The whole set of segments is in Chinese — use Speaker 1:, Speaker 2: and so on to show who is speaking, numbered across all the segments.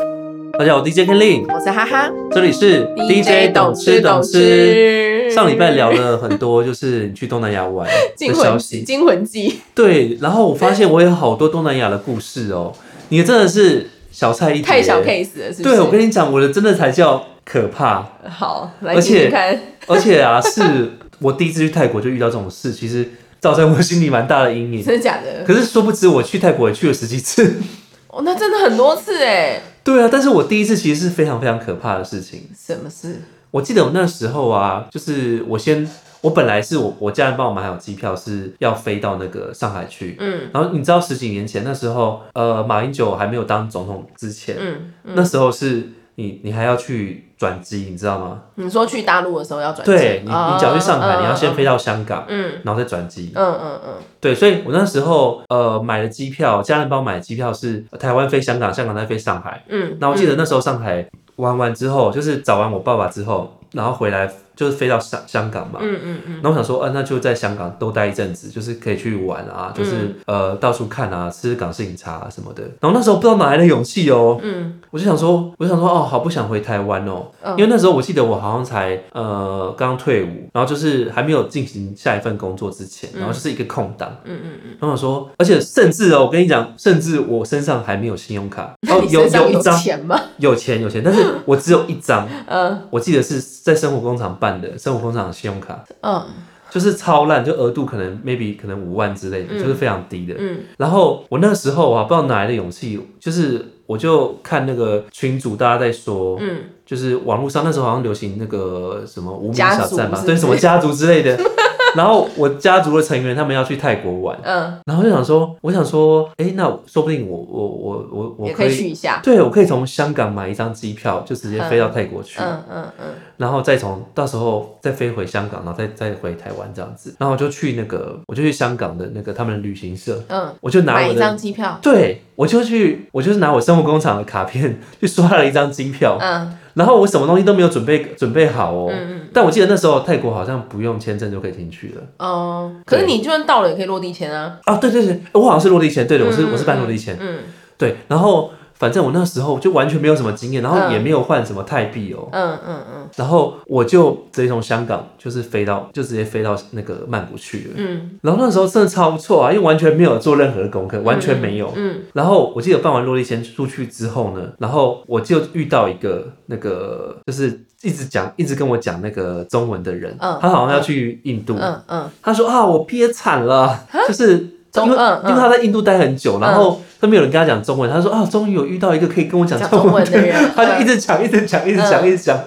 Speaker 1: 家好，我 DJ Kelly，
Speaker 2: 我是哈哈
Speaker 1: 这里是
Speaker 2: 吃
Speaker 1: 上礼拜聊了很多，就是你去东南亚玩
Speaker 2: 惊
Speaker 1: 的消
Speaker 2: 魂
Speaker 1: 息。
Speaker 2: 惊魂记，
Speaker 1: 对，然后我发现我有好多东南亚的故事哦，你真的是小菜一碟。
Speaker 2: 太小 case 了，是不是？
Speaker 1: 对，我跟你讲，我的真的才叫可怕。
Speaker 2: 好来
Speaker 1: 而
Speaker 2: 听
Speaker 1: 且
Speaker 2: 听看，
Speaker 1: 而且 啊，是我第一次去泰国就遇到这种事，其实造成我心里蛮大的阴影。
Speaker 2: 真的假的？
Speaker 1: 可是殊不知，我去泰国也去了十几次。
Speaker 2: 哦，那真的很多次哎，
Speaker 1: 对啊，但是我第一次其实是非常非常可怕的事情。
Speaker 2: 什么事？
Speaker 1: 我记得我那时候啊，就是我先，我本来是我我家人帮我买好机票，是要飞到那个上海去。
Speaker 2: 嗯
Speaker 1: 然后你知道十几年前那时候，呃，马英九还没有当总统之前，
Speaker 2: 嗯，
Speaker 1: 那时候是你你还要去转机，你知道吗？
Speaker 2: 你说去大陆的时候要转机，
Speaker 1: 对你你只要去上海，
Speaker 2: 呃哦
Speaker 1: 你要先，飞到香港，
Speaker 2: 嗯
Speaker 1: 然后再转机。
Speaker 2: 嗯嗯嗯
Speaker 1: 对，所以我那时候呃买了机票，家人帮我买的机票是呃台湾飞香港，香港再飞上海。
Speaker 2: 嗯，
Speaker 1: 那我记得那时候上海玩完之后，就是找完我爸爸之后，然后回来就是飞到香香港嘛。
Speaker 2: 嗯嗯嗯
Speaker 1: 然后我想说，啊，那就在香港多待一阵子，就是可以去玩
Speaker 2: 嗯
Speaker 1: 啊，就是、呃到处看啊，吃港式饮茶、啊、什么的。然后那时候不知道哪来的勇气哦，
Speaker 2: 嗯
Speaker 1: 我就想说，我就想说，哦，好不想回台湾哦，
Speaker 2: 嗯
Speaker 1: 因为那时候我记得我好像才呃刚退伍，然后就是还没有进行下一份工作之前，然后就是一个空档。
Speaker 2: 嗯嗯嗯，
Speaker 1: 然后我说，而且甚至哦，我跟你讲，甚至我身上还没有信用卡，
Speaker 2: 那
Speaker 1: 哦，
Speaker 2: 你
Speaker 1: 有
Speaker 2: 身上
Speaker 1: 一张
Speaker 2: 钱吗？
Speaker 1: 有钱有钱，但 是我只有一张，
Speaker 2: 嗯
Speaker 1: 我记得是在生活工厂办的，生活工厂的信用卡
Speaker 2: 嗯
Speaker 1: 就是超烂，就额度可能 maybe 可能五万之类的，就是非常低的。
Speaker 2: 嗯
Speaker 1: 然后我那时候啊，不知道哪来的勇气，就是我就看那个群主大家在说，
Speaker 2: 嗯，
Speaker 1: 就是网络上那时候好像流行那个什么无名
Speaker 2: 家
Speaker 1: 小
Speaker 2: 族
Speaker 1: 站嘛，
Speaker 2: 是不
Speaker 1: 对，
Speaker 2: 是
Speaker 1: 什么家族之类的。 然后我家族的成员他们要去泰国玩。
Speaker 2: 嗯，
Speaker 1: 然后就想说，我想说，哎，那说不定我我我我我
Speaker 2: 也可以去一下，
Speaker 1: 对我可以从香港买一张机票，就直接飞到泰国去，
Speaker 2: 嗯嗯嗯
Speaker 1: 然后再从到时候再飞回香港，然后再再回台湾这样子。然后我就去那个，我就去香港的那个他们的旅行社，
Speaker 2: 嗯，
Speaker 1: 我就拿
Speaker 2: 买
Speaker 1: 我
Speaker 2: 一张
Speaker 1: 的，
Speaker 2: 机票，
Speaker 1: 对我就去，我就是拿我生活工厂的卡片去刷了一张机票，
Speaker 2: 嗯
Speaker 1: 然后我什么东西都没有准备准备好哦。
Speaker 2: 嗯嗯
Speaker 1: 但我记得那时候泰国好像不用签证就可以进去了
Speaker 2: 哦，可是
Speaker 1: 对
Speaker 2: 你就算到了也可以落地签啊。
Speaker 1: 啊！对对对，我好像是落地签，对的，我是我是办落地签。
Speaker 2: 嗯
Speaker 1: 对，然后反正我那时候就完全没有什么经验，然后
Speaker 2: 嗯
Speaker 1: 也没有换什么泰币哦，
Speaker 2: 嗯嗯
Speaker 1: 然后我就直接从香港就是飞到，就直接飞到那个曼谷去了。
Speaker 2: 嗯
Speaker 1: 然后那时候真的超不错啊，因为完全没有做任何的功课，完全没有。
Speaker 2: 嗯
Speaker 1: 然后我记得办完落地签出去之后呢，然后我就遇到一个那个就是一直讲一直跟我讲那个中文的人，
Speaker 2: 嗯
Speaker 1: 他好像要去印度，
Speaker 2: 嗯嗯
Speaker 1: 他说啊我憋惨了，就是
Speaker 2: 啊中
Speaker 1: 因为、
Speaker 2: 嗯嗯嗯
Speaker 1: 因为他在印度待很久，然后都没有人跟他讲中文，他说啊，终于有遇到一个可以跟我讲
Speaker 2: 讲
Speaker 1: 中文
Speaker 2: 中文的人
Speaker 1: 他就一直讲，一直讲，一直讲，
Speaker 2: 嗯
Speaker 1: 一直讲。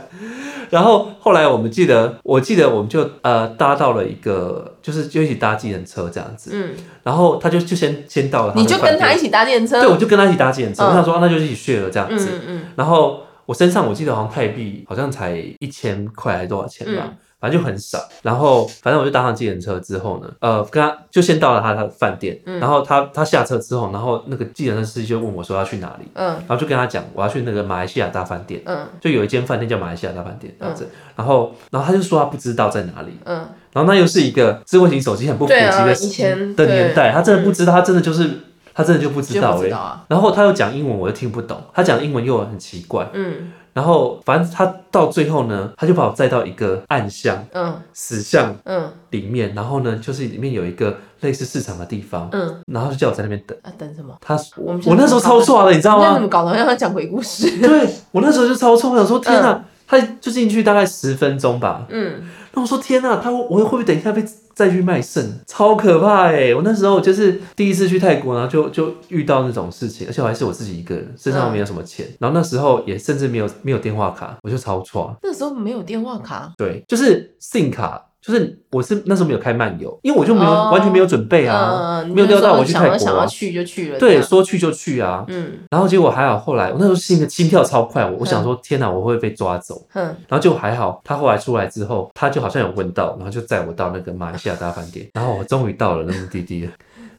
Speaker 1: 然后后来我们记得，我记得我们就呃搭到了一个，就是就一起搭计程车这样子。
Speaker 2: 嗯，
Speaker 1: 然后他就就先先到了的
Speaker 2: 你就
Speaker 1: 饭
Speaker 2: 跟
Speaker 1: 店
Speaker 2: 他一起搭电车。
Speaker 1: 对，我就跟他一起搭计程车。
Speaker 2: 嗯
Speaker 1: 我想说、啊那就一起去了这样
Speaker 2: 嗯
Speaker 1: 子。
Speaker 2: 嗯嗯
Speaker 1: 然后我身上我记得好像泰币好像才一千块还是多少钱吧，
Speaker 2: 嗯
Speaker 1: 反正就很少。然后反正我就搭上计程车之后呢，呃，跟他就先到了他的饭店，
Speaker 2: 嗯
Speaker 1: 然后他他下车之后，然后那个计程车司机就问我说要去哪里，
Speaker 2: 嗯
Speaker 1: 然后就跟他讲我要去那个马来西亚大饭店。
Speaker 2: 嗯
Speaker 1: 就有一间饭店叫马来西亚大饭店这样子，然后然后他就说他不知道在哪里，
Speaker 2: 嗯，
Speaker 1: 然后那又是一个智慧型手机很不普及
Speaker 2: 对啊
Speaker 1: 的
Speaker 2: 以前
Speaker 1: 的年
Speaker 2: 对
Speaker 1: 代，他真的不知道，他真的就是他真的就不知
Speaker 2: 就
Speaker 1: 道
Speaker 2: 不
Speaker 1: 哎、
Speaker 2: 知道啊。
Speaker 1: 然后他又讲英文，我又听不懂，他讲英文又很奇怪。
Speaker 2: 嗯
Speaker 1: 然后反正他到最后呢，他就把我载到一个暗巷、
Speaker 2: 嗯
Speaker 1: 死巷
Speaker 2: 嗯
Speaker 1: 里面，然后呢，就是里面有一个类似市场的地方，
Speaker 2: 嗯，
Speaker 1: 然后就叫我在那边等。
Speaker 2: 啊，等什么？
Speaker 1: 他
Speaker 2: 我
Speaker 1: 我
Speaker 2: 们现在
Speaker 1: 那时候超错了，你知道
Speaker 2: 那怎
Speaker 1: 吗？
Speaker 2: 么搞的？好像要讲鬼 故事。
Speaker 1: 对我那时候就超错，我想说天哪，他就进去大概十分钟吧。
Speaker 2: 嗯
Speaker 1: 那我说天呐，他会我会不会等一下被再去卖肾？超可怕哎、我那时候就是第一次去泰国，然后就就遇到那种事情，而且我还是我自己一个人，身上
Speaker 2: 嗯
Speaker 1: 没有什么钱，然后那时候也甚至没有没有电话卡，我就超错。啊
Speaker 2: 那时候没有电话卡。
Speaker 1: 对，就是 SIM 卡，就是我是那时候没有开漫游，因为我就没有、
Speaker 2: 哦
Speaker 1: 完全没有准备啊，
Speaker 2: 嗯，
Speaker 1: 没有料到我去
Speaker 2: 想
Speaker 1: 泰
Speaker 2: 要想
Speaker 1: 国、
Speaker 2: 要
Speaker 1: 啊，
Speaker 2: 去就去了。
Speaker 1: 对，，说去就去啊。
Speaker 2: 嗯
Speaker 1: 然后结果还好，后来我那时候心心跳超快，我我想
Speaker 2: 嗯
Speaker 1: 说天啊哪，我会不会被抓走。
Speaker 2: 哼，
Speaker 1: 然后就还好，他后来出来之后，他就好像有问到，然后就 载我到那个马来西亚大饭店，然后我终于到了那目的地了。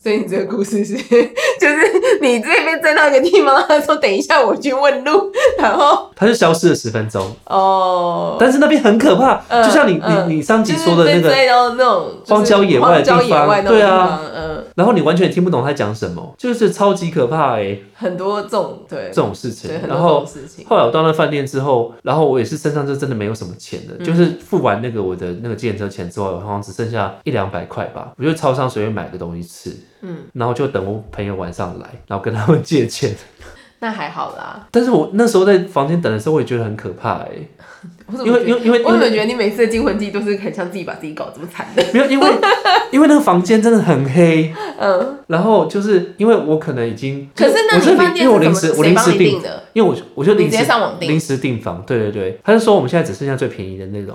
Speaker 2: 所以你这个故事是 就是你这边站到一个地方，他说等一下我去问路，然后
Speaker 1: 他就消失了十分钟。
Speaker 2: 哦，
Speaker 1: 但是那边很可怕，
Speaker 2: 嗯
Speaker 1: 就像你、
Speaker 2: 嗯
Speaker 1: 你你上集说的
Speaker 2: 就是
Speaker 1: 那
Speaker 2: 被
Speaker 1: 个，
Speaker 2: 追到那种
Speaker 1: 荒郊野外的地方
Speaker 2: 荒郊野外那种
Speaker 1: 对
Speaker 2: 地
Speaker 1: 啊
Speaker 2: 方，嗯，
Speaker 1: 然后你完全也听不懂他讲什么，就是超级可怕哎、
Speaker 2: 很多这种对
Speaker 1: 这种事情
Speaker 2: 对。很多
Speaker 1: 然
Speaker 2: 这种
Speaker 1: 后
Speaker 2: 事情，
Speaker 1: 后来我到那饭店之后，然后我也是身上就真的没有什么钱
Speaker 2: 嗯
Speaker 1: 了，就是付完那个我的那个计程车钱之后，好像只剩下一两百块吧，我就超商随便买个东西吃，
Speaker 2: 嗯，
Speaker 1: 然后就等我朋友晚上来，然后跟他们借钱。
Speaker 2: 那还好啦。
Speaker 1: 但是我那时候在房间等的时候，我也觉得很可怕哎、
Speaker 2: 我怎么
Speaker 1: 因为
Speaker 2: 觉
Speaker 1: 因为因为
Speaker 2: 得我
Speaker 1: 因
Speaker 2: 怎么
Speaker 1: 为
Speaker 2: 觉得你每次的惊魂记都是很像自己把自己搞这么惨 的？
Speaker 1: 没有因 为因为那个房间真的很黑，
Speaker 2: 嗯，
Speaker 1: 然后就是因为我可能已经，
Speaker 2: 可是那
Speaker 1: 我
Speaker 2: 你饭店
Speaker 1: 因为我临
Speaker 2: 是
Speaker 1: 时我
Speaker 2: 怎么谁
Speaker 1: 临
Speaker 2: 帮
Speaker 1: 时
Speaker 2: 你
Speaker 1: 订
Speaker 2: 订，的？
Speaker 1: 因为我我就
Speaker 2: 你
Speaker 1: 临
Speaker 2: 直
Speaker 1: 时
Speaker 2: 接上网订
Speaker 1: 临时订房，对对对，他就说我们现在只剩下最便宜的那种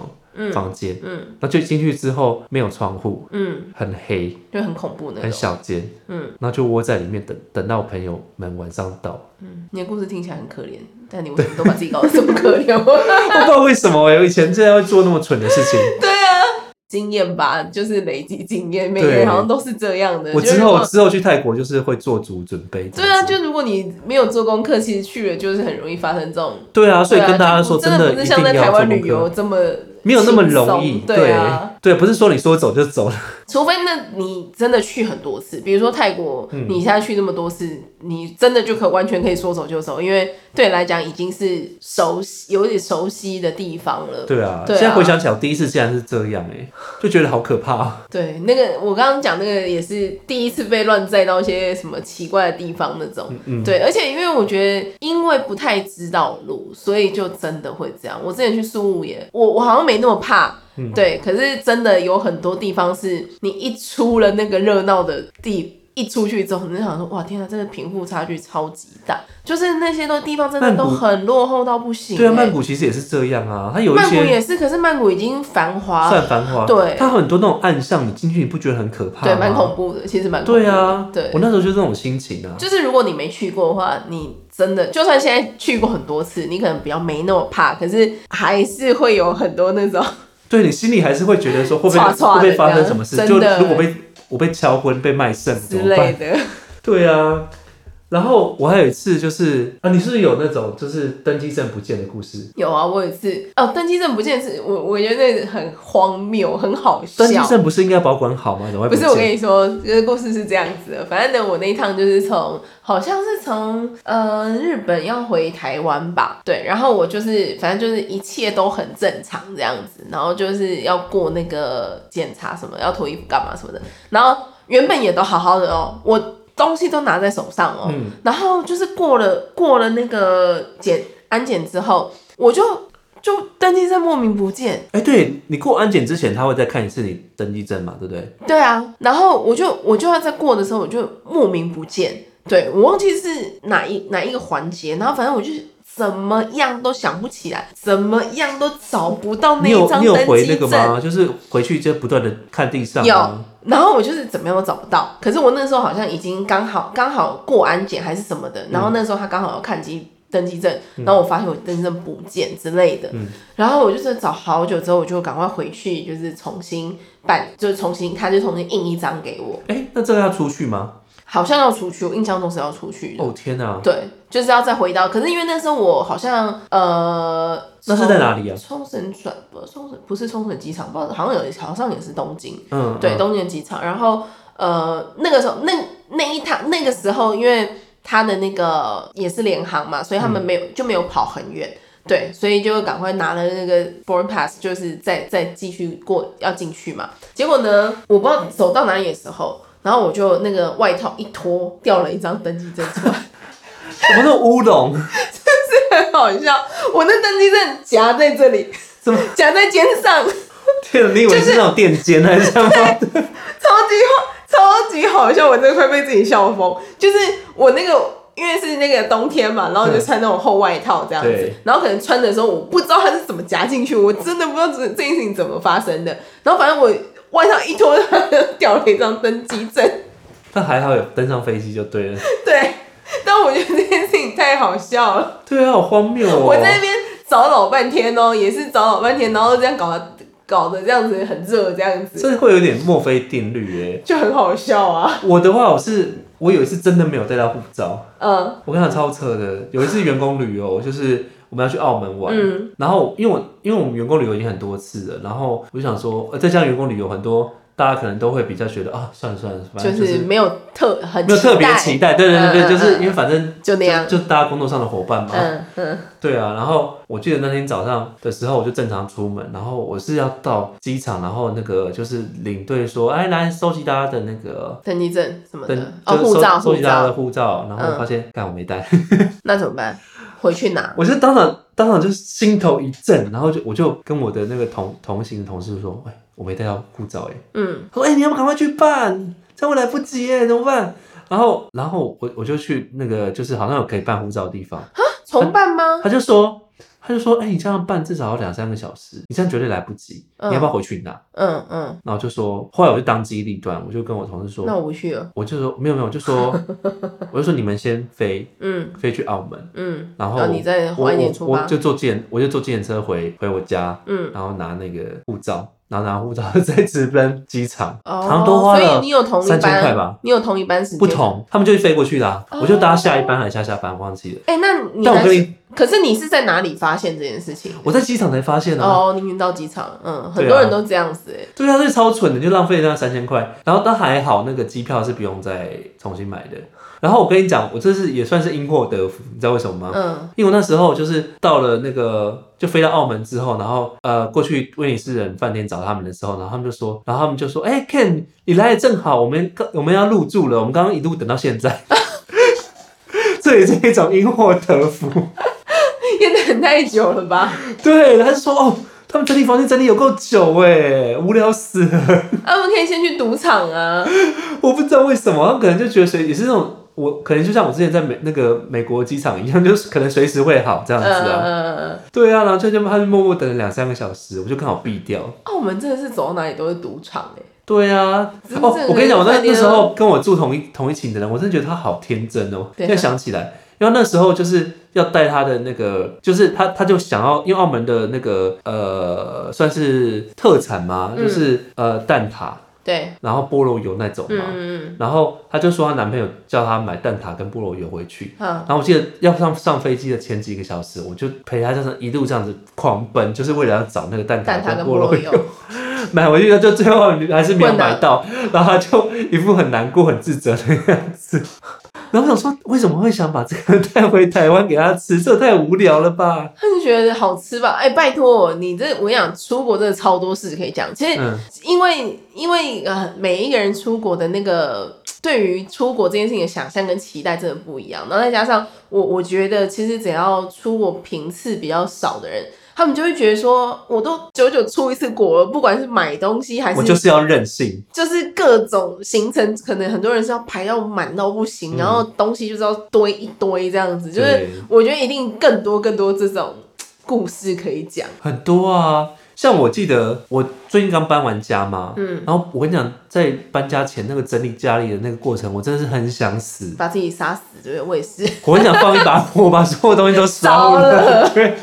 Speaker 1: 房间，
Speaker 2: 嗯
Speaker 1: 然后就进去之后没有窗户，
Speaker 2: 嗯，
Speaker 1: 很黑，
Speaker 2: 就很恐怖那
Speaker 1: 很
Speaker 2: 种。
Speaker 1: 小间，
Speaker 2: 嗯，
Speaker 1: 然后就窝在里面等等到朋友们晚上到，
Speaker 2: 嗯，你的故事听起来很可怜，但你为什么都把自己搞得这么可怜？
Speaker 1: 我不知道为什么哎、我以前竟然会做那么蠢的事 情，
Speaker 2: 对啊，经验吧，就是累积经验，每个
Speaker 1: 对
Speaker 2: 人好像都是这样的。
Speaker 1: 我
Speaker 2: 就是
Speaker 1: 之
Speaker 2: 如
Speaker 1: 后
Speaker 2: 果
Speaker 1: 之后去泰国就是会做足准备，
Speaker 2: 对啊，就如果你没有做功课，其实去了就是很容易发生这种。
Speaker 1: 对啊，所以
Speaker 2: 对啊
Speaker 1: 跟大家说，
Speaker 2: 就
Speaker 1: 的
Speaker 2: 不不
Speaker 1: 一
Speaker 2: 是
Speaker 1: 定
Speaker 2: 像在台
Speaker 1: 要做
Speaker 2: 湾旅
Speaker 1: 功
Speaker 2: 游
Speaker 1: 课，
Speaker 2: 这么
Speaker 1: 没有那么
Speaker 2: 轻松
Speaker 1: 容易，
Speaker 2: 对啊。
Speaker 1: 对，不是说你说走就走了，
Speaker 2: 除非那你真的去很多次，比如说泰国，
Speaker 1: 嗯
Speaker 2: 你现在去那么多次，你真的就可完全可以说走就走，因为对你来讲已经是熟悉，有点熟悉的地方了。
Speaker 1: 对啊。
Speaker 2: 对啊
Speaker 1: 现在回想起来，我第一次竟然是这样哎、就觉得好可怕哦、
Speaker 2: 对，那个我刚刚讲那个也是第一次被乱载到一些什么奇怪的地方那
Speaker 1: 嗯
Speaker 2: 种。对，而且因为我觉得，因为不太知道路，所以就真的会这样。我之前去宿务也，我我好像没那么怕。
Speaker 1: 嗯
Speaker 2: 对，可是真的有很多地方是你一出了那个热闹的地，一出去之后，你就想说，哇，天啊，真的贫富差距超级大，就是那些都地方真的
Speaker 1: 曼
Speaker 2: 都
Speaker 1: 谷
Speaker 2: 很落后到不行、
Speaker 1: 对啊，
Speaker 2: 欸
Speaker 1: 曼谷其实也是这样啊，它有一
Speaker 2: 曼谷
Speaker 1: 些
Speaker 2: 也是，可是曼谷已经繁华
Speaker 1: 算繁华，
Speaker 2: 对
Speaker 1: 它很多那种暗巷，你进去你不觉得很可怕吗？
Speaker 2: 对，蛮恐怖的，其实蛮恐怖的
Speaker 1: 对啊，
Speaker 2: 对
Speaker 1: 我那时候就这种心情啊，
Speaker 2: 就是如果你没去过的话，你真的就算现在去过很多次，你可能比较没那么怕，可是还是会有很多那种
Speaker 1: 对你心里还是会觉得说会不会
Speaker 2: 唰唰的
Speaker 1: 会不会发生什么事？
Speaker 2: 这样
Speaker 1: 就
Speaker 2: 真的
Speaker 1: 如果被我被敲昏、被卖肾怎
Speaker 2: 之
Speaker 1: 么办
Speaker 2: 类？的。
Speaker 1: 对啊，然后我还有一次就是啊，你是不是有那种就是登机证不见的故事？
Speaker 2: 有啊，我有一次哦，登机证不见是，我我觉得那很荒谬，很好笑
Speaker 1: 登机。证不是应该保管好吗？怎么会
Speaker 2: 不
Speaker 1: 见
Speaker 2: 是我跟你说，这个故事是这样子的。反正呢，我那一趟就是从，好像是从呃日本要回台湾吧，对。然后我就是，反正就是一切都很正常这样子。然后就是要过那个检查什么，要脱衣服干嘛什么的。然后原本也都好好的哦，我东西都拿在手上哦。
Speaker 1: 嗯
Speaker 2: 然后就是过了过了那个检安检之后，我就就登记证莫名不见。
Speaker 1: 哎、对你过安检之前，他会再看一次你登记证嘛，对不对？
Speaker 2: 对啊，然后我就我就要在过的时候，我就莫名不见，对我忘记是哪一哪一个环节，然后反正我就怎么样都想不起来，怎么样都找不到哦那
Speaker 1: 你
Speaker 2: 一
Speaker 1: 有
Speaker 2: 张
Speaker 1: 你有
Speaker 2: 登
Speaker 1: 回那
Speaker 2: 记
Speaker 1: 个
Speaker 2: 证。
Speaker 1: 吗？就是回去就不断的看地上
Speaker 2: 有
Speaker 1: 吗？，
Speaker 2: 然后我就是怎么样都找不到。可是我那时候好像已经刚好刚好过安检还是什么
Speaker 1: 嗯
Speaker 2: 的，然后那时候他刚好要看机登记证，然后我发现我登记证不见之类的，然后我就是找好久之后，我就赶快回去，就是重新办，就是重新他就重新印一张给我，
Speaker 1: 哎、那这个要出去吗？
Speaker 2: 好像要出去，我印象中是要出去的。
Speaker 1: 哦天哪、
Speaker 2: 对，就是要再回到，可是因为那时候我好像呃，
Speaker 1: 那是在哪里啊？
Speaker 2: 冲绳转不冲绳不是冲绳机场，不知道好像有好像也是东京，
Speaker 1: 嗯，
Speaker 2: 对，
Speaker 1: 嗯，
Speaker 2: 东京机场。然后呃，那个时候那那一趟那个时候，因为他的那个也是联航嘛，所以他们没有、就没有跑很远。对，所以就赶快拿了那个 board pass，就是再再继续过要进去嘛。结果呢，我不知道走到哪里的时候，然后我就那个外套一脱，掉了一张登记证出来，
Speaker 1: 我们是哦乌龙，
Speaker 2: 很好笑。我那登记证夹在这里，
Speaker 1: 怎么
Speaker 2: 夹在肩上？
Speaker 1: 天哪，啊你以为是那种垫肩还是什么？
Speaker 2: 超级好，超级好笑，我真的快被自己笑疯。就是我那个，因为是那个冬天嘛，然后我就穿那种厚外套这样子
Speaker 1: 对，
Speaker 2: 然后可能穿的时候我不知道它是怎么夹进去，我真的不知道这这件事情怎么发生的。然后反正我外套一脱，它就掉了一张登机证，
Speaker 1: 但还好有登上飞机就对了。
Speaker 2: 对。但我觉得这件事情太好笑了，
Speaker 1: 对啊，好荒谬哦！
Speaker 2: 我在那边找老半天哦，也是找老半天，然后这样搞搞得这样子很热，这样子
Speaker 1: 这会有点墨菲定律耶。
Speaker 2: 就很好笑啊。
Speaker 1: 我的话，我是我有一次真的没有带到护照，
Speaker 2: 嗯
Speaker 1: 我跟他超扯的。有一次员工旅游，就是我们要去澳门玩，
Speaker 2: 嗯
Speaker 1: 然后因为我因为我们员工旅游已经很多次了，然后我就想说，呃，再加上员工旅游很多，大家可能都会比较觉得啊，算了算了，反
Speaker 2: 就
Speaker 1: 正就是是
Speaker 2: 没有特很
Speaker 1: 没有特别期待，对对对
Speaker 2: 嗯
Speaker 1: 对，
Speaker 2: 嗯
Speaker 1: 就是
Speaker 2: 嗯
Speaker 1: 因为反正
Speaker 2: 就那样。
Speaker 1: 就就大家工作上的伙伴嘛，
Speaker 2: 嗯嗯
Speaker 1: 对啊，然后我记得那天早上的时候，我就正常出门，然后我是要到机场，然后那个就是领队说，哎，来收集大家的那个
Speaker 2: 登记证什么
Speaker 1: 登
Speaker 2: 的，哦，
Speaker 1: 就是
Speaker 2: 护
Speaker 1: 收
Speaker 2: 照
Speaker 1: 收
Speaker 2: 护
Speaker 1: 集大家的
Speaker 2: 照，
Speaker 1: 护照，然后
Speaker 2: 嗯
Speaker 1: 我发现，干、我没带，
Speaker 2: 那怎么办？回去拿。
Speaker 1: 我就当场当场就是心头一震，然后就我就跟我的那个同同行的同事说，哎、我没带到护照、哎，
Speaker 2: 嗯，
Speaker 1: 他说，哎、你要不赶快去办，这样会来不及、哎，怎么办？然后，然后我我就去那个就是好像有可以办护照的地方，
Speaker 2: 重办吗？
Speaker 1: 他就说，他就说，哎、你这样办至少要两三个小时，你这样绝对来不及，
Speaker 2: 嗯
Speaker 1: 你要不要回去拿？
Speaker 2: 嗯嗯，
Speaker 1: 然后就说，后来我就当机立断，我就跟我同事
Speaker 2: 那
Speaker 1: 说，
Speaker 2: 我不去了。
Speaker 1: 我就说没有没有，我就 说，我就说你们先飞
Speaker 2: 嗯
Speaker 1: 飞去澳门，
Speaker 2: 嗯，
Speaker 1: 然后
Speaker 2: 然后你再
Speaker 1: 我
Speaker 2: 晚一点
Speaker 1: 我
Speaker 2: 出发
Speaker 1: 我。就坐电，我就坐电车回回我家，
Speaker 2: 嗯，
Speaker 1: 然后拿那个护照，然后拿护照 再直奔机场，
Speaker 2: 哦，
Speaker 1: 好像多花
Speaker 2: 所以
Speaker 1: 了
Speaker 2: 你有同一
Speaker 1: 三
Speaker 2: 班
Speaker 1: 千块吧。
Speaker 2: 你有同一班时间
Speaker 1: 不。同，他们就飞过去啦、
Speaker 2: 哦
Speaker 1: 我就搭下一班还是下下班，忘记了。
Speaker 2: 哎、那你
Speaker 1: 但我
Speaker 2: 来
Speaker 1: 跟
Speaker 2: 是
Speaker 1: 你，
Speaker 2: 可是你是在哪里发现这件事情？
Speaker 1: 我在机场才发现啊。
Speaker 2: 哦，你晕到机场，嗯，很
Speaker 1: 对啊
Speaker 2: 多人都这样子、哎、
Speaker 1: 对啊，这超蠢的，就浪费那三千块。然后但还好，那个机票是不用再重新买的。然后我跟你讲，我这是也算是因祸得福，你知道为什么吗？
Speaker 2: 嗯
Speaker 1: 因为我那时候就是到了那个，就飞到澳门之后，然后呃过去威尼斯人饭店找他们的时候，然后他们就说，然后他们就说，哎、Ken，你来的正好，我们刚我们要入住了，我们刚刚一路等到现在， 这也是一种因祸得福。
Speaker 2: 也等太久了 吧？
Speaker 1: 对，他就说哦，他们整理房间整理有够久哎，无聊死了。
Speaker 2: 啊，我们可以先去赌场啊，
Speaker 1: 我不知道为什么，他们可能就觉得随也是那种，我可能就像我之前在美那个美国机场一样， 就是可能随时会好这样
Speaker 2: 嗯
Speaker 1: 子啊。
Speaker 2: 嗯嗯，
Speaker 1: 对啊，然后就就他就默默等了两三个小时，我就刚好避掉。
Speaker 2: 澳门哦真的是走到哪里都是赌场、哎，
Speaker 1: 对啊，
Speaker 2: 真的
Speaker 1: 哦，我跟你讲，我那
Speaker 2: 饭店
Speaker 1: 那
Speaker 2: 啊
Speaker 1: 时候跟我住同一同一寝的人，我真的觉得他好天真哦。
Speaker 2: 对啊
Speaker 1: 现在想起来，因为那时候就是要带他的那个，就是他他就想要，因为澳门的那个呃算是特产嘛，
Speaker 2: 嗯
Speaker 1: 就是、呃蛋挞，
Speaker 2: 对，
Speaker 1: 然后菠萝油那种嘛。
Speaker 2: 嗯嗯
Speaker 1: 然后她就说她男朋友叫她买蛋挞跟菠萝油回去。
Speaker 2: 嗯，好，
Speaker 1: 然后我记得要上上飞机的前几个小时，我就陪她就是一路这样子狂奔，就是为了要找那个蛋
Speaker 2: 蛋
Speaker 1: 挞跟
Speaker 2: 挞跟
Speaker 1: 菠
Speaker 2: 菠
Speaker 1: 萝
Speaker 2: 萝
Speaker 1: 油。
Speaker 2: 油，
Speaker 1: 买回去就最后还是没有
Speaker 2: 混啊
Speaker 1: 买到，然后她就一副很难过、很自责的样子。然后我想说，为什么会想把这个带回台湾给她吃？这太无聊了吧？
Speaker 2: 他就觉得好吃吧？哎、拜托你这，我跟你讲，出国真的超多事可以讲，其实
Speaker 1: 嗯，
Speaker 2: 因为因为呃，每一个人出国的那个对于出国这件事情的想象跟期待真的不一样，然后再加上我我觉得其实只要出国频次比较少的人，他们就会觉得说，我都久久出一次国了，不管是买东西还
Speaker 1: 我
Speaker 2: 是
Speaker 1: 就是要任性。
Speaker 2: 就是各种行程，可能很多人是要排到满到不
Speaker 1: 嗯
Speaker 2: 行，然后东西就是要堆一堆这样子，就是
Speaker 1: 对
Speaker 2: 我觉得一定更多更多这种故事可以讲，
Speaker 1: 很多啊，像我记得我最近刚搬完家嘛，嗯，然后我跟你讲，在搬家前那个整理家里的那个过程，我真的是很想死。
Speaker 2: 把自己杀死，对不对？我也是，
Speaker 1: 我很想放一把火，把所有东西都烧
Speaker 2: 烧
Speaker 1: 了。 对，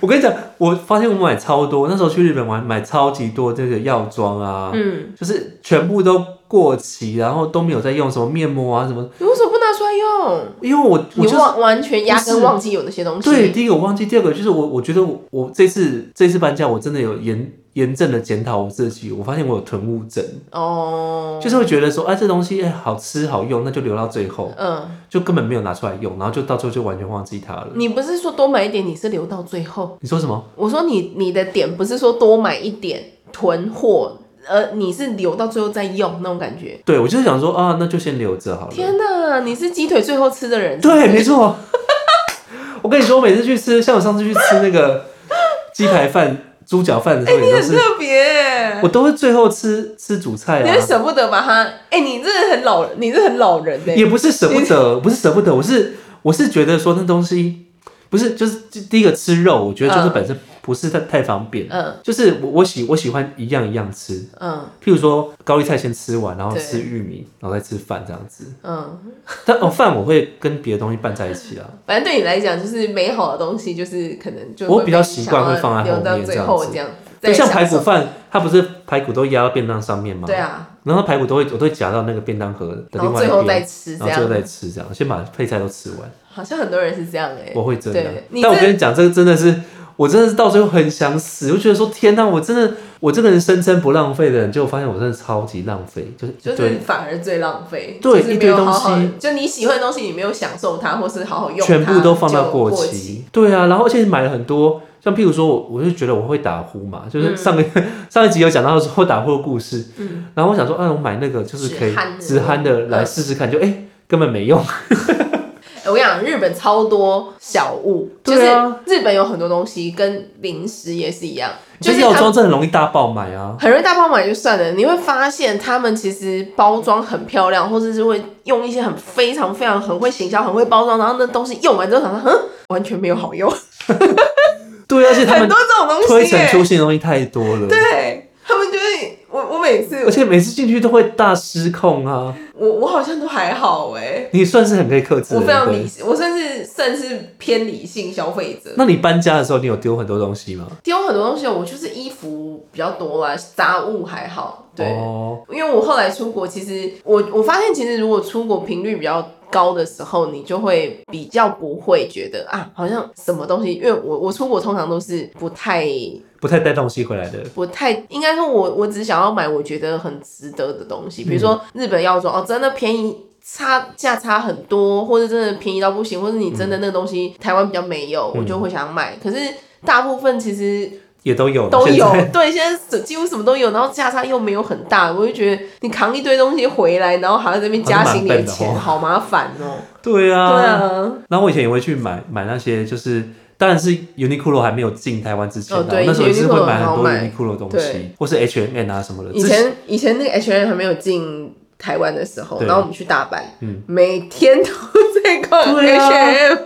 Speaker 1: 我跟你讲，我发现我买超多，那时候去日本玩买超级多这个药妆啊，
Speaker 2: 嗯，
Speaker 1: 就是全部都过期，然后都没有在用，什么面膜啊什么，
Speaker 2: 你为什么不拿出来用？
Speaker 1: 因为我我
Speaker 2: 你
Speaker 1: 就是
Speaker 2: 忘完全压
Speaker 1: 不
Speaker 2: 根
Speaker 1: 是
Speaker 2: 忘记有那些东西。
Speaker 1: 对，，第一个我忘记，第二个就是我，我觉得我我这次这次搬家，我真的有严严正的检讨我自己，我发现我有囤物症，
Speaker 2: 嗯哦，
Speaker 1: 就是会觉得说，哎、这东西哎、好吃好用，那就留到最后，
Speaker 2: 嗯，
Speaker 1: 就根本没有拿出来用，然后就到最后就完全忘记它了。
Speaker 2: 你不是说多买一点，你是留到最后？
Speaker 1: 你说什么？
Speaker 2: 我说你你的点不是说多买一点囤货，呃，你是留到最后再用那种感觉。
Speaker 1: 对我就是想说啊，那就先留着好了。
Speaker 2: 天哪，你是鸡腿最后吃的人。
Speaker 1: 对，没错。 我跟你说，我每次去吃，像我上次去吃那个鸡排饭、猪脚饭的时候，也都
Speaker 2: 哎很
Speaker 1: 是
Speaker 2: 特别，
Speaker 1: 我都会最后吃吃主菜
Speaker 2: 你
Speaker 1: 啊
Speaker 2: 会。舍不得把它。哎、你真的很老，你是很老人呢、
Speaker 1: 也不是舍不得，不是舍不得，我是我是觉得说那东西不是就是就第一个吃肉，我觉得就是
Speaker 2: 嗯
Speaker 1: 本身不是太太方便，
Speaker 2: 嗯
Speaker 1: 就是我我喜我喜欢一样一样吃，
Speaker 2: 嗯
Speaker 1: 譬如说高丽菜先吃完，然后
Speaker 2: 对
Speaker 1: 吃玉米，然后再吃饭这样子。
Speaker 2: 嗯，
Speaker 1: 但哦饭我会跟别的东西拌在一起啊，
Speaker 2: 反正对你来讲，就是美好的东西，就是可能就
Speaker 1: 我
Speaker 2: 会
Speaker 1: 比较
Speaker 2: 被
Speaker 1: 习惯
Speaker 2: 想要
Speaker 1: 会放在
Speaker 2: 留
Speaker 1: 后
Speaker 2: 到
Speaker 1: 面
Speaker 2: 最
Speaker 1: 这样
Speaker 2: 后
Speaker 1: 子
Speaker 2: 这样，
Speaker 1: 就
Speaker 2: 在
Speaker 1: 像
Speaker 2: 享
Speaker 1: 排骨
Speaker 2: 受。
Speaker 1: 饭，它不是排骨都压到便当上面吗？
Speaker 2: 对。啊，
Speaker 1: 然后排骨都会，我都会夹到那个便当盒的另
Speaker 2: 然后
Speaker 1: 外一
Speaker 2: 最后再
Speaker 1: 边，
Speaker 2: 吃
Speaker 1: 然
Speaker 2: 这
Speaker 1: 后最后再
Speaker 2: 样，
Speaker 1: 吃，这样先把配菜都吃完。
Speaker 2: 好像很多人是这样哎、
Speaker 1: 我会这样
Speaker 2: 对你，
Speaker 1: 但我
Speaker 2: 这
Speaker 1: 跟你讲，这个真的是，我真的是到最后很想死，我觉得说天哪，我真的，我这个人声称不浪费的人，结果发现我真的超级浪费，就是一
Speaker 2: 就
Speaker 1: 堆
Speaker 2: 是反而最浪费，
Speaker 1: 对
Speaker 2: 就是
Speaker 1: 一
Speaker 2: 没
Speaker 1: 堆
Speaker 2: 有好好
Speaker 1: 东西，
Speaker 2: 就你喜欢的东西，你没有享受它，或是好好用它，
Speaker 1: 全部都放到
Speaker 2: 就过
Speaker 1: 期。。对啊，然后而且买了很多，像譬如说我，我就觉得我会打呼嘛，就是上个、上一集有讲到说打呼的故事，
Speaker 2: 嗯，
Speaker 1: 然后我想说，啊，我买那个就是可以
Speaker 2: 止鼾的
Speaker 1: 止鼾的来试试看，就哎、根本没用，
Speaker 2: 我跟你讲，日本超多小物，就是
Speaker 1: 对啊
Speaker 2: 日本有很多东西跟零食也是一样，
Speaker 1: 就
Speaker 2: 就
Speaker 1: 是是
Speaker 2: 它
Speaker 1: 药妆真的很容易大爆买啊。
Speaker 2: 很容易大包买就算了，你会发现他们其实包装很漂亮，或者是会用一些很非常非常很会行销、很会包装，然后那东西用完之后想说，嗯，完全没有好用，
Speaker 1: 对啊，而且他
Speaker 2: 很
Speaker 1: 们
Speaker 2: 多这种东西、
Speaker 1: 推陈出新的东西太多了。
Speaker 2: 对他们就是我，我每次
Speaker 1: 而且每次进去都会大失控啊！
Speaker 2: 我我好像都还好哎、
Speaker 1: 你算是很可以克制的，
Speaker 2: 我非常
Speaker 1: 对不对
Speaker 2: 理，性，我算是算是偏理性消费者。
Speaker 1: 那你搬家的时候，你有丢很多东西吗？
Speaker 2: 丢很多东西，我就是衣服比较多啦，杂物还好。对，
Speaker 1: 哦，
Speaker 2: 因为我后来出国，其实我我发现，其实如果出国频率比较高的时候，你就会比较不会觉得啊，好像什么东西，因为我我出国通常都是不太
Speaker 1: 不太带东西回来的。
Speaker 2: 不太，应该说我我只想要买我觉得很值得的东西，比如说日本药妆哦，真的便宜。差价差很多，或者真的便宜到不行，或者你真的那个东西、台湾比较没有，我就会想买。可是大部分其实
Speaker 1: 也都有，
Speaker 2: 都
Speaker 1: 现
Speaker 2: 有
Speaker 1: 在，
Speaker 2: 对，现在几乎什么都有，然后价差又没有很大，我就觉得你扛一堆东西回来，然后还要在那边加行李的钱，好麻烦哦、
Speaker 1: 对啊，
Speaker 2: 对。啊，
Speaker 1: 然后我以前也会去买买那些，就是当然是 Uniqlo 还没有进台湾之前啊，
Speaker 2: 哦对
Speaker 1: 那时候也是
Speaker 2: Uniqlo
Speaker 1: 会买
Speaker 2: 很好
Speaker 1: 很多
Speaker 2: 买
Speaker 1: Uniqlo 的东
Speaker 2: 对
Speaker 1: 西，或是 H&M 啊什么的。
Speaker 2: 以
Speaker 1: 之
Speaker 2: 前以前那个 H N 还没有进台湾的时候，
Speaker 1: 对
Speaker 2: 然后我们去大阪，
Speaker 1: 嗯
Speaker 2: 每天都在逛
Speaker 1: 对
Speaker 2: H
Speaker 1: 啊
Speaker 2: M，、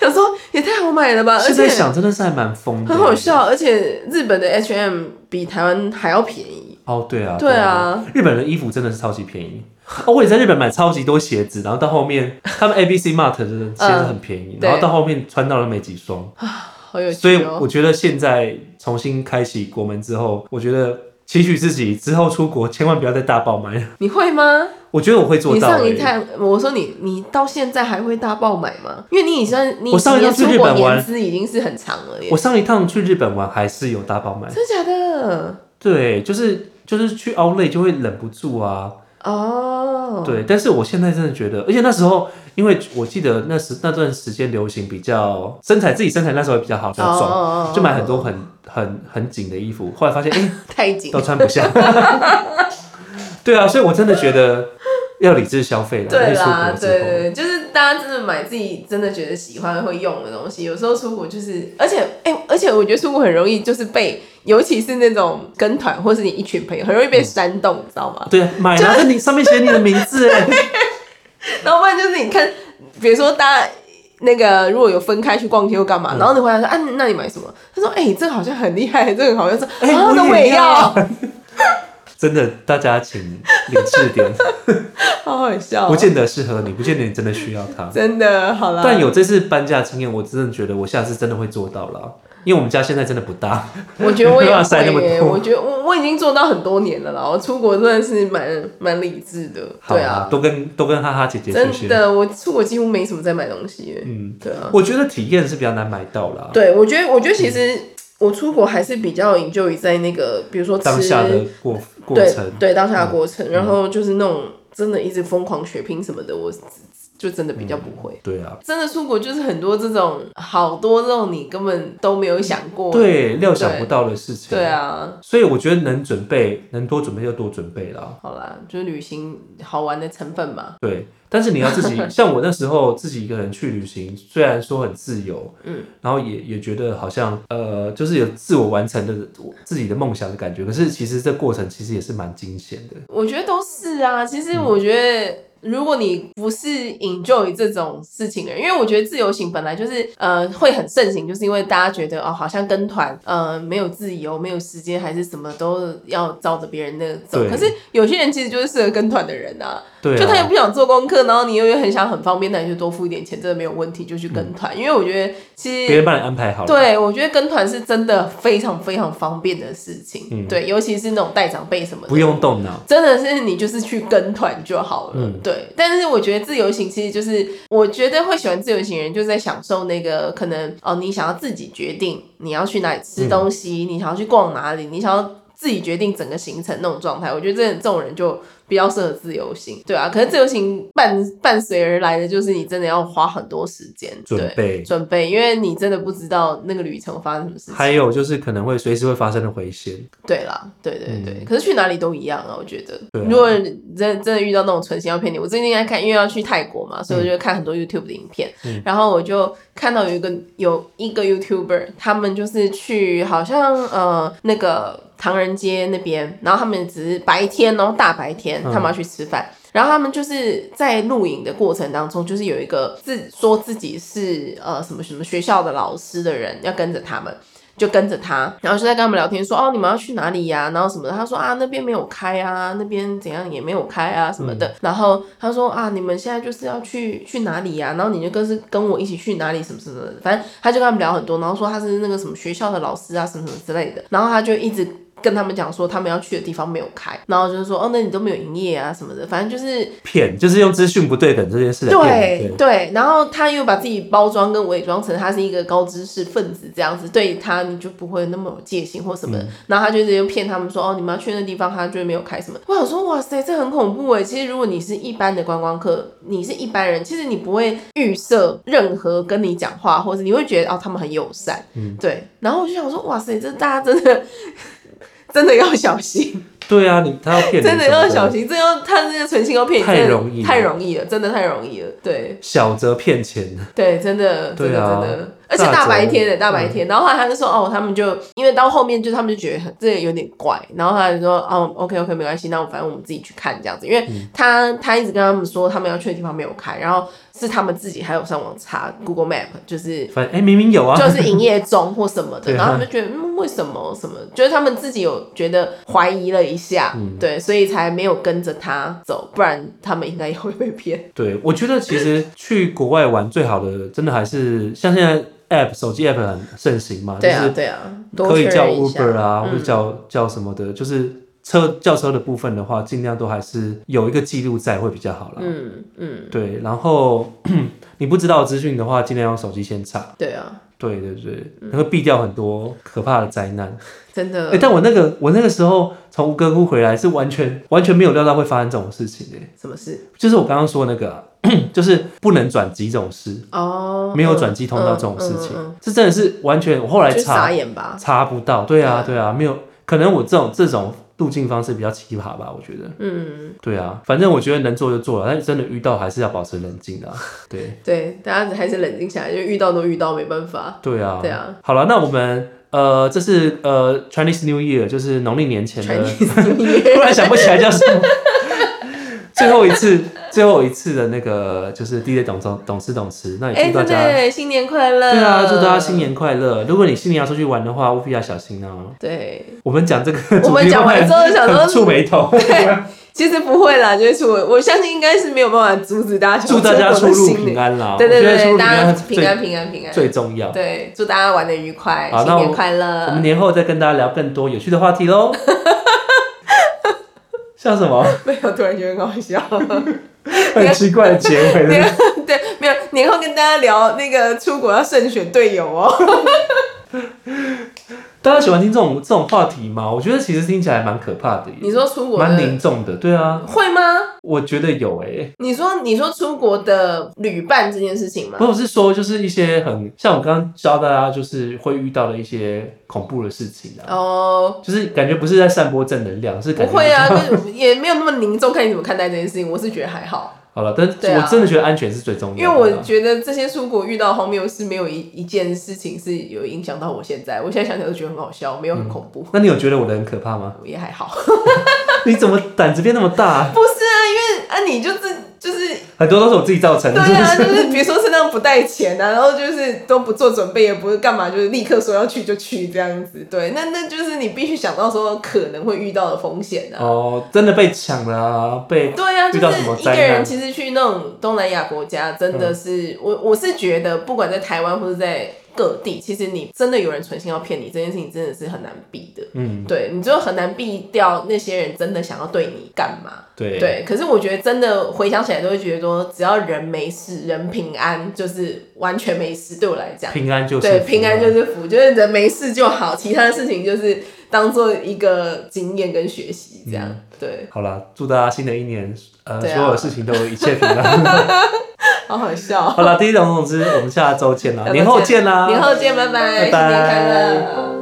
Speaker 2: 想说也太好买了吧，而
Speaker 1: 现在
Speaker 2: 且
Speaker 1: 想真的是还蛮疯的，
Speaker 2: 很好。笑，而且日本的 H M 比台湾还要便宜，
Speaker 1: 哦，对啊，
Speaker 2: 对啊，
Speaker 1: 日本的衣服真的是超级便宜。哦，我也在日本买超级多鞋子，然后到后面他们 A B C Mart 真的鞋子很便宜，
Speaker 2: 嗯对
Speaker 1: 然后到后面穿到了没几双，
Speaker 2: 好有趣哦、
Speaker 1: 所以我觉得现在重新开启国门之后，我觉得期许自己之后出国千万不要再大爆买 了，
Speaker 2: 你会吗？
Speaker 1: 我觉得我会做
Speaker 2: 你
Speaker 1: 到、
Speaker 2: 上一
Speaker 1: 欸。
Speaker 2: 趟，我说你你到现在还会大爆买吗？因为你已经你
Speaker 1: 我上一趟
Speaker 2: 几年
Speaker 1: 去
Speaker 2: 出
Speaker 1: 日
Speaker 2: 国
Speaker 1: 本玩
Speaker 2: 年资已经是很长了耶
Speaker 1: 我，上一趟去日本玩还是有大爆买，
Speaker 2: 真假的？
Speaker 1: 对，就是就是去 Outlet 就会忍不住啊，
Speaker 2: 哦，，
Speaker 1: 对。但是我现在真的觉得，而且那时候因为我记得那时那段时间流行比较身材，自己身材那时候也比较好，比较壮。
Speaker 2: 哦
Speaker 1: 就买很多很很很紧的衣服，后来发现哎、诶
Speaker 2: 太紧
Speaker 1: 都，穿不下。 对啊，所以我真的觉得要理智消费了。
Speaker 2: 对啦
Speaker 1: 啦，，出国
Speaker 2: 对
Speaker 1: 之后，
Speaker 2: 对，对就是大家真的买自己真的觉得喜欢会用的东西，有时候出国就是，而且哎、而且我觉得出国很容易就是被，尤其是那种跟团或是你一群朋友，很容易被煽动，你知道吗？
Speaker 1: 对啊，买了你上面写你的名字哎，
Speaker 2: 然后不然就是你看，比如说大家那个如果有分开去逛街或干嘛，
Speaker 1: 嗯
Speaker 2: 然后你回来说啊，那你买什么？他说哎、这个好像很厉害，这个好像是，
Speaker 1: 哎
Speaker 2: 啊，那
Speaker 1: 我也
Speaker 2: 要
Speaker 1: 要，真的，大家请理智点，
Speaker 2: 好 好笑 啊
Speaker 1: 不，见得适合你，不见得你真的需要它。
Speaker 2: 真的好啦。
Speaker 1: 但有这次搬家经验，我真的觉得我下次真的会做到了，因为我们家现在真的不大。
Speaker 2: 我觉得我也
Speaker 1: 没办法塞那么
Speaker 2: 会耶
Speaker 1: 多
Speaker 2: 我觉得我我已经做到很多年了啦，我出国真的是蛮蛮理智的，
Speaker 1: 好
Speaker 2: 对啊，
Speaker 1: 都跟都跟哈哈姐姐学
Speaker 2: 真
Speaker 1: 学。
Speaker 2: 的，我出国几乎没什么在买东西耶，
Speaker 1: 嗯，
Speaker 2: 对啊，
Speaker 1: 我觉得体验是比较难买到啦，
Speaker 2: 对我觉得我觉得其
Speaker 1: 嗯
Speaker 2: 实我出国还是比较 enjoy 在那个，比如说吃
Speaker 1: 当下的过过
Speaker 2: 对
Speaker 1: 程。嗯
Speaker 2: 对当下的过程，然后就是那种真的一直疯狂血拼什么的，我就真的比较不会。
Speaker 1: 对啊，
Speaker 2: 真的出国就是很多这种，好多这种你根本都没有想过。
Speaker 1: 对，料想不到的事情。
Speaker 2: 对，啊，
Speaker 1: 所以我觉得能准备，能多准备就多准备啦。
Speaker 2: 好啦，就是旅行好玩的成分嘛。
Speaker 1: 对，但是你要自己， 像我那时候自己一个人去旅行，虽然说很自由，
Speaker 2: 嗯，
Speaker 1: 然后也也觉得好像呃，就是有自我完成的自己的梦想的感觉。可是其实这过程其实也是蛮惊险的。嗯
Speaker 2: 我觉得都是啊，其实我觉得如果你不是 enjoy 这种事情的人，因为我觉得自由行本来就是呃会很盛行，就是因为大家觉得哦好像跟团呃没有自由、没有时间，还是什么都要照着别人那个走。
Speaker 1: 对
Speaker 2: 可是有些人其实就是适合跟团的人啊，
Speaker 1: 对啊，
Speaker 2: 就他也不想做功课，然后你又很想很方便，那你就多付一点钱，真的没有问题，就去跟团。因为我觉得其
Speaker 1: 嗯别
Speaker 2: 实
Speaker 1: 人帮你安排好了。，
Speaker 2: 对我觉得跟团是真的非常非常方便的事情，
Speaker 1: 嗯
Speaker 2: 对，尤其是那种带长辈什么的，
Speaker 1: 不用动脑。
Speaker 2: 真的是你就是去跟团就好了，
Speaker 1: 嗯
Speaker 2: 对。但是我觉得自由行其实就是，我觉得会喜欢自由行的人就是在享受那个可能哦，你想要自己决定你要去哪里吃东西，
Speaker 1: 嗯
Speaker 2: 你想要去逛哪里，你想要自己决定整个行程那种状态。我觉得这这种人就比较适合自由行，对啊。可是自由行伴伴随而来的就是你真的要花很多时间
Speaker 1: 准
Speaker 2: 对
Speaker 1: 备
Speaker 2: 准备，因为你真的不知道那个旅程发生什么事情。
Speaker 1: 还有就是可能会随时会发生的回旋，
Speaker 2: 对啦，对对对，
Speaker 1: 嗯
Speaker 2: 可是去哪里都一样啊，我觉得。
Speaker 1: 对啊
Speaker 2: 如果真真的遇到那种存心要骗你，我最近在看，因为要去泰国嘛，所以我就看很多 YouTube 的影片，
Speaker 1: 嗯
Speaker 2: 然后我就看到有一个有一个 YouTuber，他们就是去好像呃那个唐人街那边，然后他们只是白天，然后大白天
Speaker 1: 嗯
Speaker 2: 他们要去吃饭。然后他们就是在录影的过程当中，就是有一个自说自己是呃什么什么学校的老师的人要跟着他们，就跟着他，然后就在跟他们聊天说，哦，你们要去哪里呀、然后什么的，他说啊，那边没有开啊，那边怎样也没有开啊什么的。然后他说啊，你们现在就是要去去哪里呀、然后你就跟是跟我一起去哪里什么什么的，反正他就跟他们聊很多，然后说他是那个什么学校的老师啊什么什么之类的，然后他就一直。跟他们讲说他们要去的地方没有开，然后就是说哦，那你都没有营业啊什么的，反正就是
Speaker 1: 骗就是用资讯不对等这件事来骗
Speaker 2: 对
Speaker 1: 人。
Speaker 2: 对，然后他又把自己包装跟伪装成他是一个高知识分子这样子，对他你就不会那么有戒心或什么的。然后他就直接骗他们说：“哦，你们要去那地方，他就没有开什么。”我想说，哇塞，这很恐怖哎！其实如果你是一般的观光客，你是一般人，其实你不会预设任何跟你讲话，或者你会觉得哦，他们很友善，嗯，对。然后我就想说，哇塞，这大家真的 真的要小心。
Speaker 1: 对啊，你他要骗你
Speaker 2: 真的
Speaker 1: 什么
Speaker 2: 要小。心，这要他那个存心要骗你，
Speaker 1: 太
Speaker 2: 真的
Speaker 1: 容易了
Speaker 2: 太容易了，真的太容易了。对
Speaker 1: 小则骗钱，
Speaker 2: 对，真的，真
Speaker 1: 对
Speaker 2: 的、
Speaker 1: 啊
Speaker 2: 真的，而且大白天的欸大白
Speaker 1: 嗯
Speaker 2: 天，然后后来他就说哦，他们就因为到后面就他们就觉得很这个有点怪，然后他就说哦，OK OK 没关系，那我反正我们自己去看这样子，因为
Speaker 1: 嗯
Speaker 2: 他他一直跟他们说他们要去的地方没有开，然后是他们自己还有上网查 Google Map，就是
Speaker 1: 反正哎、明明有啊，
Speaker 2: 就是营业中或什么 的，
Speaker 1: 对啊
Speaker 2: 然后他们就觉得嗯为什么什么，就是他们自己有觉得怀疑了一下，
Speaker 1: 嗯
Speaker 2: 对，所以才没有跟着他走，不然他们应该也会被骗。
Speaker 1: 对，我觉得其实去国外玩最好的，真的还是像现在 App 手机 App 很盛行嘛，
Speaker 2: 对
Speaker 1: 就
Speaker 2: 啊
Speaker 1: 是，
Speaker 2: 对啊，多
Speaker 1: 可以
Speaker 2: 确
Speaker 1: 叫
Speaker 2: 认一下
Speaker 1: Uber 啊，或者
Speaker 2: 嗯
Speaker 1: 叫叫什么的，就是车叫车的部分的话，尽量都还是有一个记录在会比较好啦。
Speaker 2: 嗯嗯，
Speaker 1: 对，然后 你不知道资讯的话，尽量用手机先查。
Speaker 2: 对啊，
Speaker 1: 对对对，
Speaker 2: 嗯
Speaker 1: 能够避掉很多可怕的灾难。
Speaker 2: 真的
Speaker 1: 哎、，但我那个我那个时候从吴哥窟回来，是完全完全没有料到会发生这种事情哎、
Speaker 2: 什么事？
Speaker 1: 就是我刚刚说那个啊、 就是不能转机这种事。
Speaker 2: 哦，
Speaker 1: 没有转机通道这种事情，
Speaker 2: 嗯嗯嗯
Speaker 1: 这真的是完全我后
Speaker 2: 嗯
Speaker 1: 来
Speaker 2: 就傻
Speaker 1: 查
Speaker 2: 眼吧。
Speaker 1: 查不到，对啊
Speaker 2: 对
Speaker 1: 对啊，没有，可能我这种这种路径方式比较奇葩吧，我觉得，
Speaker 2: 嗯，
Speaker 1: 对啊，反正我觉得能做就做了，但是真的遇到还是要保持冷静的、啊，对
Speaker 2: 对，大家还是冷静下来，就遇到都遇到，没办法。
Speaker 1: 对啊，
Speaker 2: 对啊，
Speaker 1: 好了，那我们呃，这是呃 Chinese New Year，就是农历年前
Speaker 2: 传
Speaker 1: 的，
Speaker 2: 递
Speaker 1: 突然想不起来叫什么。 最后一次，最后一次的那个就是 DJ 董总董事董事，那也
Speaker 2: 哎，
Speaker 1: 祝大
Speaker 2: 真
Speaker 1: 家、
Speaker 2: 的新年快乐！
Speaker 1: 对啊，祝大家新。年快乐！如果你新年要出去玩的话，务必要小心哦。
Speaker 2: 对，
Speaker 1: 我们讲这个
Speaker 2: 嗯我们讲完之后想说
Speaker 1: 很触眉 头，
Speaker 2: 其实不会啦，就是出我我相信应该是没有办法阻止大家
Speaker 1: 祝大家出
Speaker 2: 出
Speaker 1: 入平安啦！
Speaker 2: 对对
Speaker 1: 我觉得出
Speaker 2: 对，
Speaker 1: 入平
Speaker 2: 大家
Speaker 1: 安
Speaker 2: 平安平安平安。
Speaker 1: 最最重要。
Speaker 2: 对，呃祝大家玩的愉快，
Speaker 1: 好
Speaker 2: 新
Speaker 1: 那我
Speaker 2: 年快
Speaker 1: 我们
Speaker 2: 乐！
Speaker 1: 年后再跟大家聊更多有趣的话题 喽。笑什么？
Speaker 2: 没有，突然觉得很好笑。
Speaker 1: 很奇怪的结尾
Speaker 2: 年
Speaker 1: 了。
Speaker 2: 对，啊没有年后跟大家聊那个出国要慎选队友哦。
Speaker 1: 大家喜欢听这种这种话题吗？我觉得其实听起来蛮可怕的耶，
Speaker 2: 你说出国
Speaker 1: 蛮
Speaker 2: 的
Speaker 1: 凝重的。对啊，
Speaker 2: 会吗？
Speaker 1: 我觉得有诶。
Speaker 2: 你说你说出国的旅伴这件事情吗
Speaker 1: 不？是我是说，就是一些很像我刚刚教大家，就是会遇到的一些恐怖的事情啊，
Speaker 2: 哦，
Speaker 1: 就是感觉不是在散播正能量，是
Speaker 2: 不
Speaker 1: 感觉
Speaker 2: 会啊，就也没有那么凝重，看你怎么看待这件事情。我是觉得还好，
Speaker 1: 好了，但
Speaker 2: 对啊
Speaker 1: 我真的觉得安全是最重
Speaker 2: 因为
Speaker 1: 要的啊、
Speaker 2: 我觉得这些出国遇到荒谬是没有一一件事情是有影响到我现在。我现在想想都觉得很好笑，没有很恐怖，
Speaker 1: 那你有觉得我的很可怕吗？
Speaker 2: 也还好。
Speaker 1: 你怎么胆子变那么大？
Speaker 2: 不是啊，因为啊，你就是就是
Speaker 1: 很多都是我自己造成的，是
Speaker 2: 对
Speaker 1: 不
Speaker 2: 啊，
Speaker 1: 是？
Speaker 2: 就是比如说身上不带钱啊，然后就是都不做准备，也不是干嘛，就是立刻说要去就去这样子。对，那那就是你必须想到说可能会遇到的风险啊。
Speaker 1: 哦，真的被抢了啊，被
Speaker 2: 对啊，就
Speaker 1: 遇到什么
Speaker 2: 是一个
Speaker 1: 灾难嗯
Speaker 2: 人其实去那种东南亚国家，真的是、我我是觉得，不管在台湾或者在各地，其实你真的有人存心要骗你，这件事情真的是很难避的。
Speaker 1: 嗯，
Speaker 2: 对，你就很难避掉那些人真的想要对你干嘛。
Speaker 1: 对
Speaker 2: 对，可是我觉得真的回想起来，都会觉得说，只要人没事，人平安，就是完全没事。对我来讲，
Speaker 1: 平安就是
Speaker 2: 啊对
Speaker 1: 福
Speaker 2: 平安
Speaker 1: 啊
Speaker 2: 就是福，就是人没事就好，其他的事情就是当做一个经验跟学习这样。
Speaker 1: 嗯
Speaker 2: 对，
Speaker 1: 好啦，祝大家新的一年呃
Speaker 2: 对啊
Speaker 1: 所有事情都一切平安。
Speaker 2: 好好笑哦。
Speaker 1: 好啦，第一种总之我们下周见啦，
Speaker 2: 下周
Speaker 1: 年后见啦，
Speaker 2: 年后见，拜拜，
Speaker 1: 拜拜
Speaker 2: 新年快乐。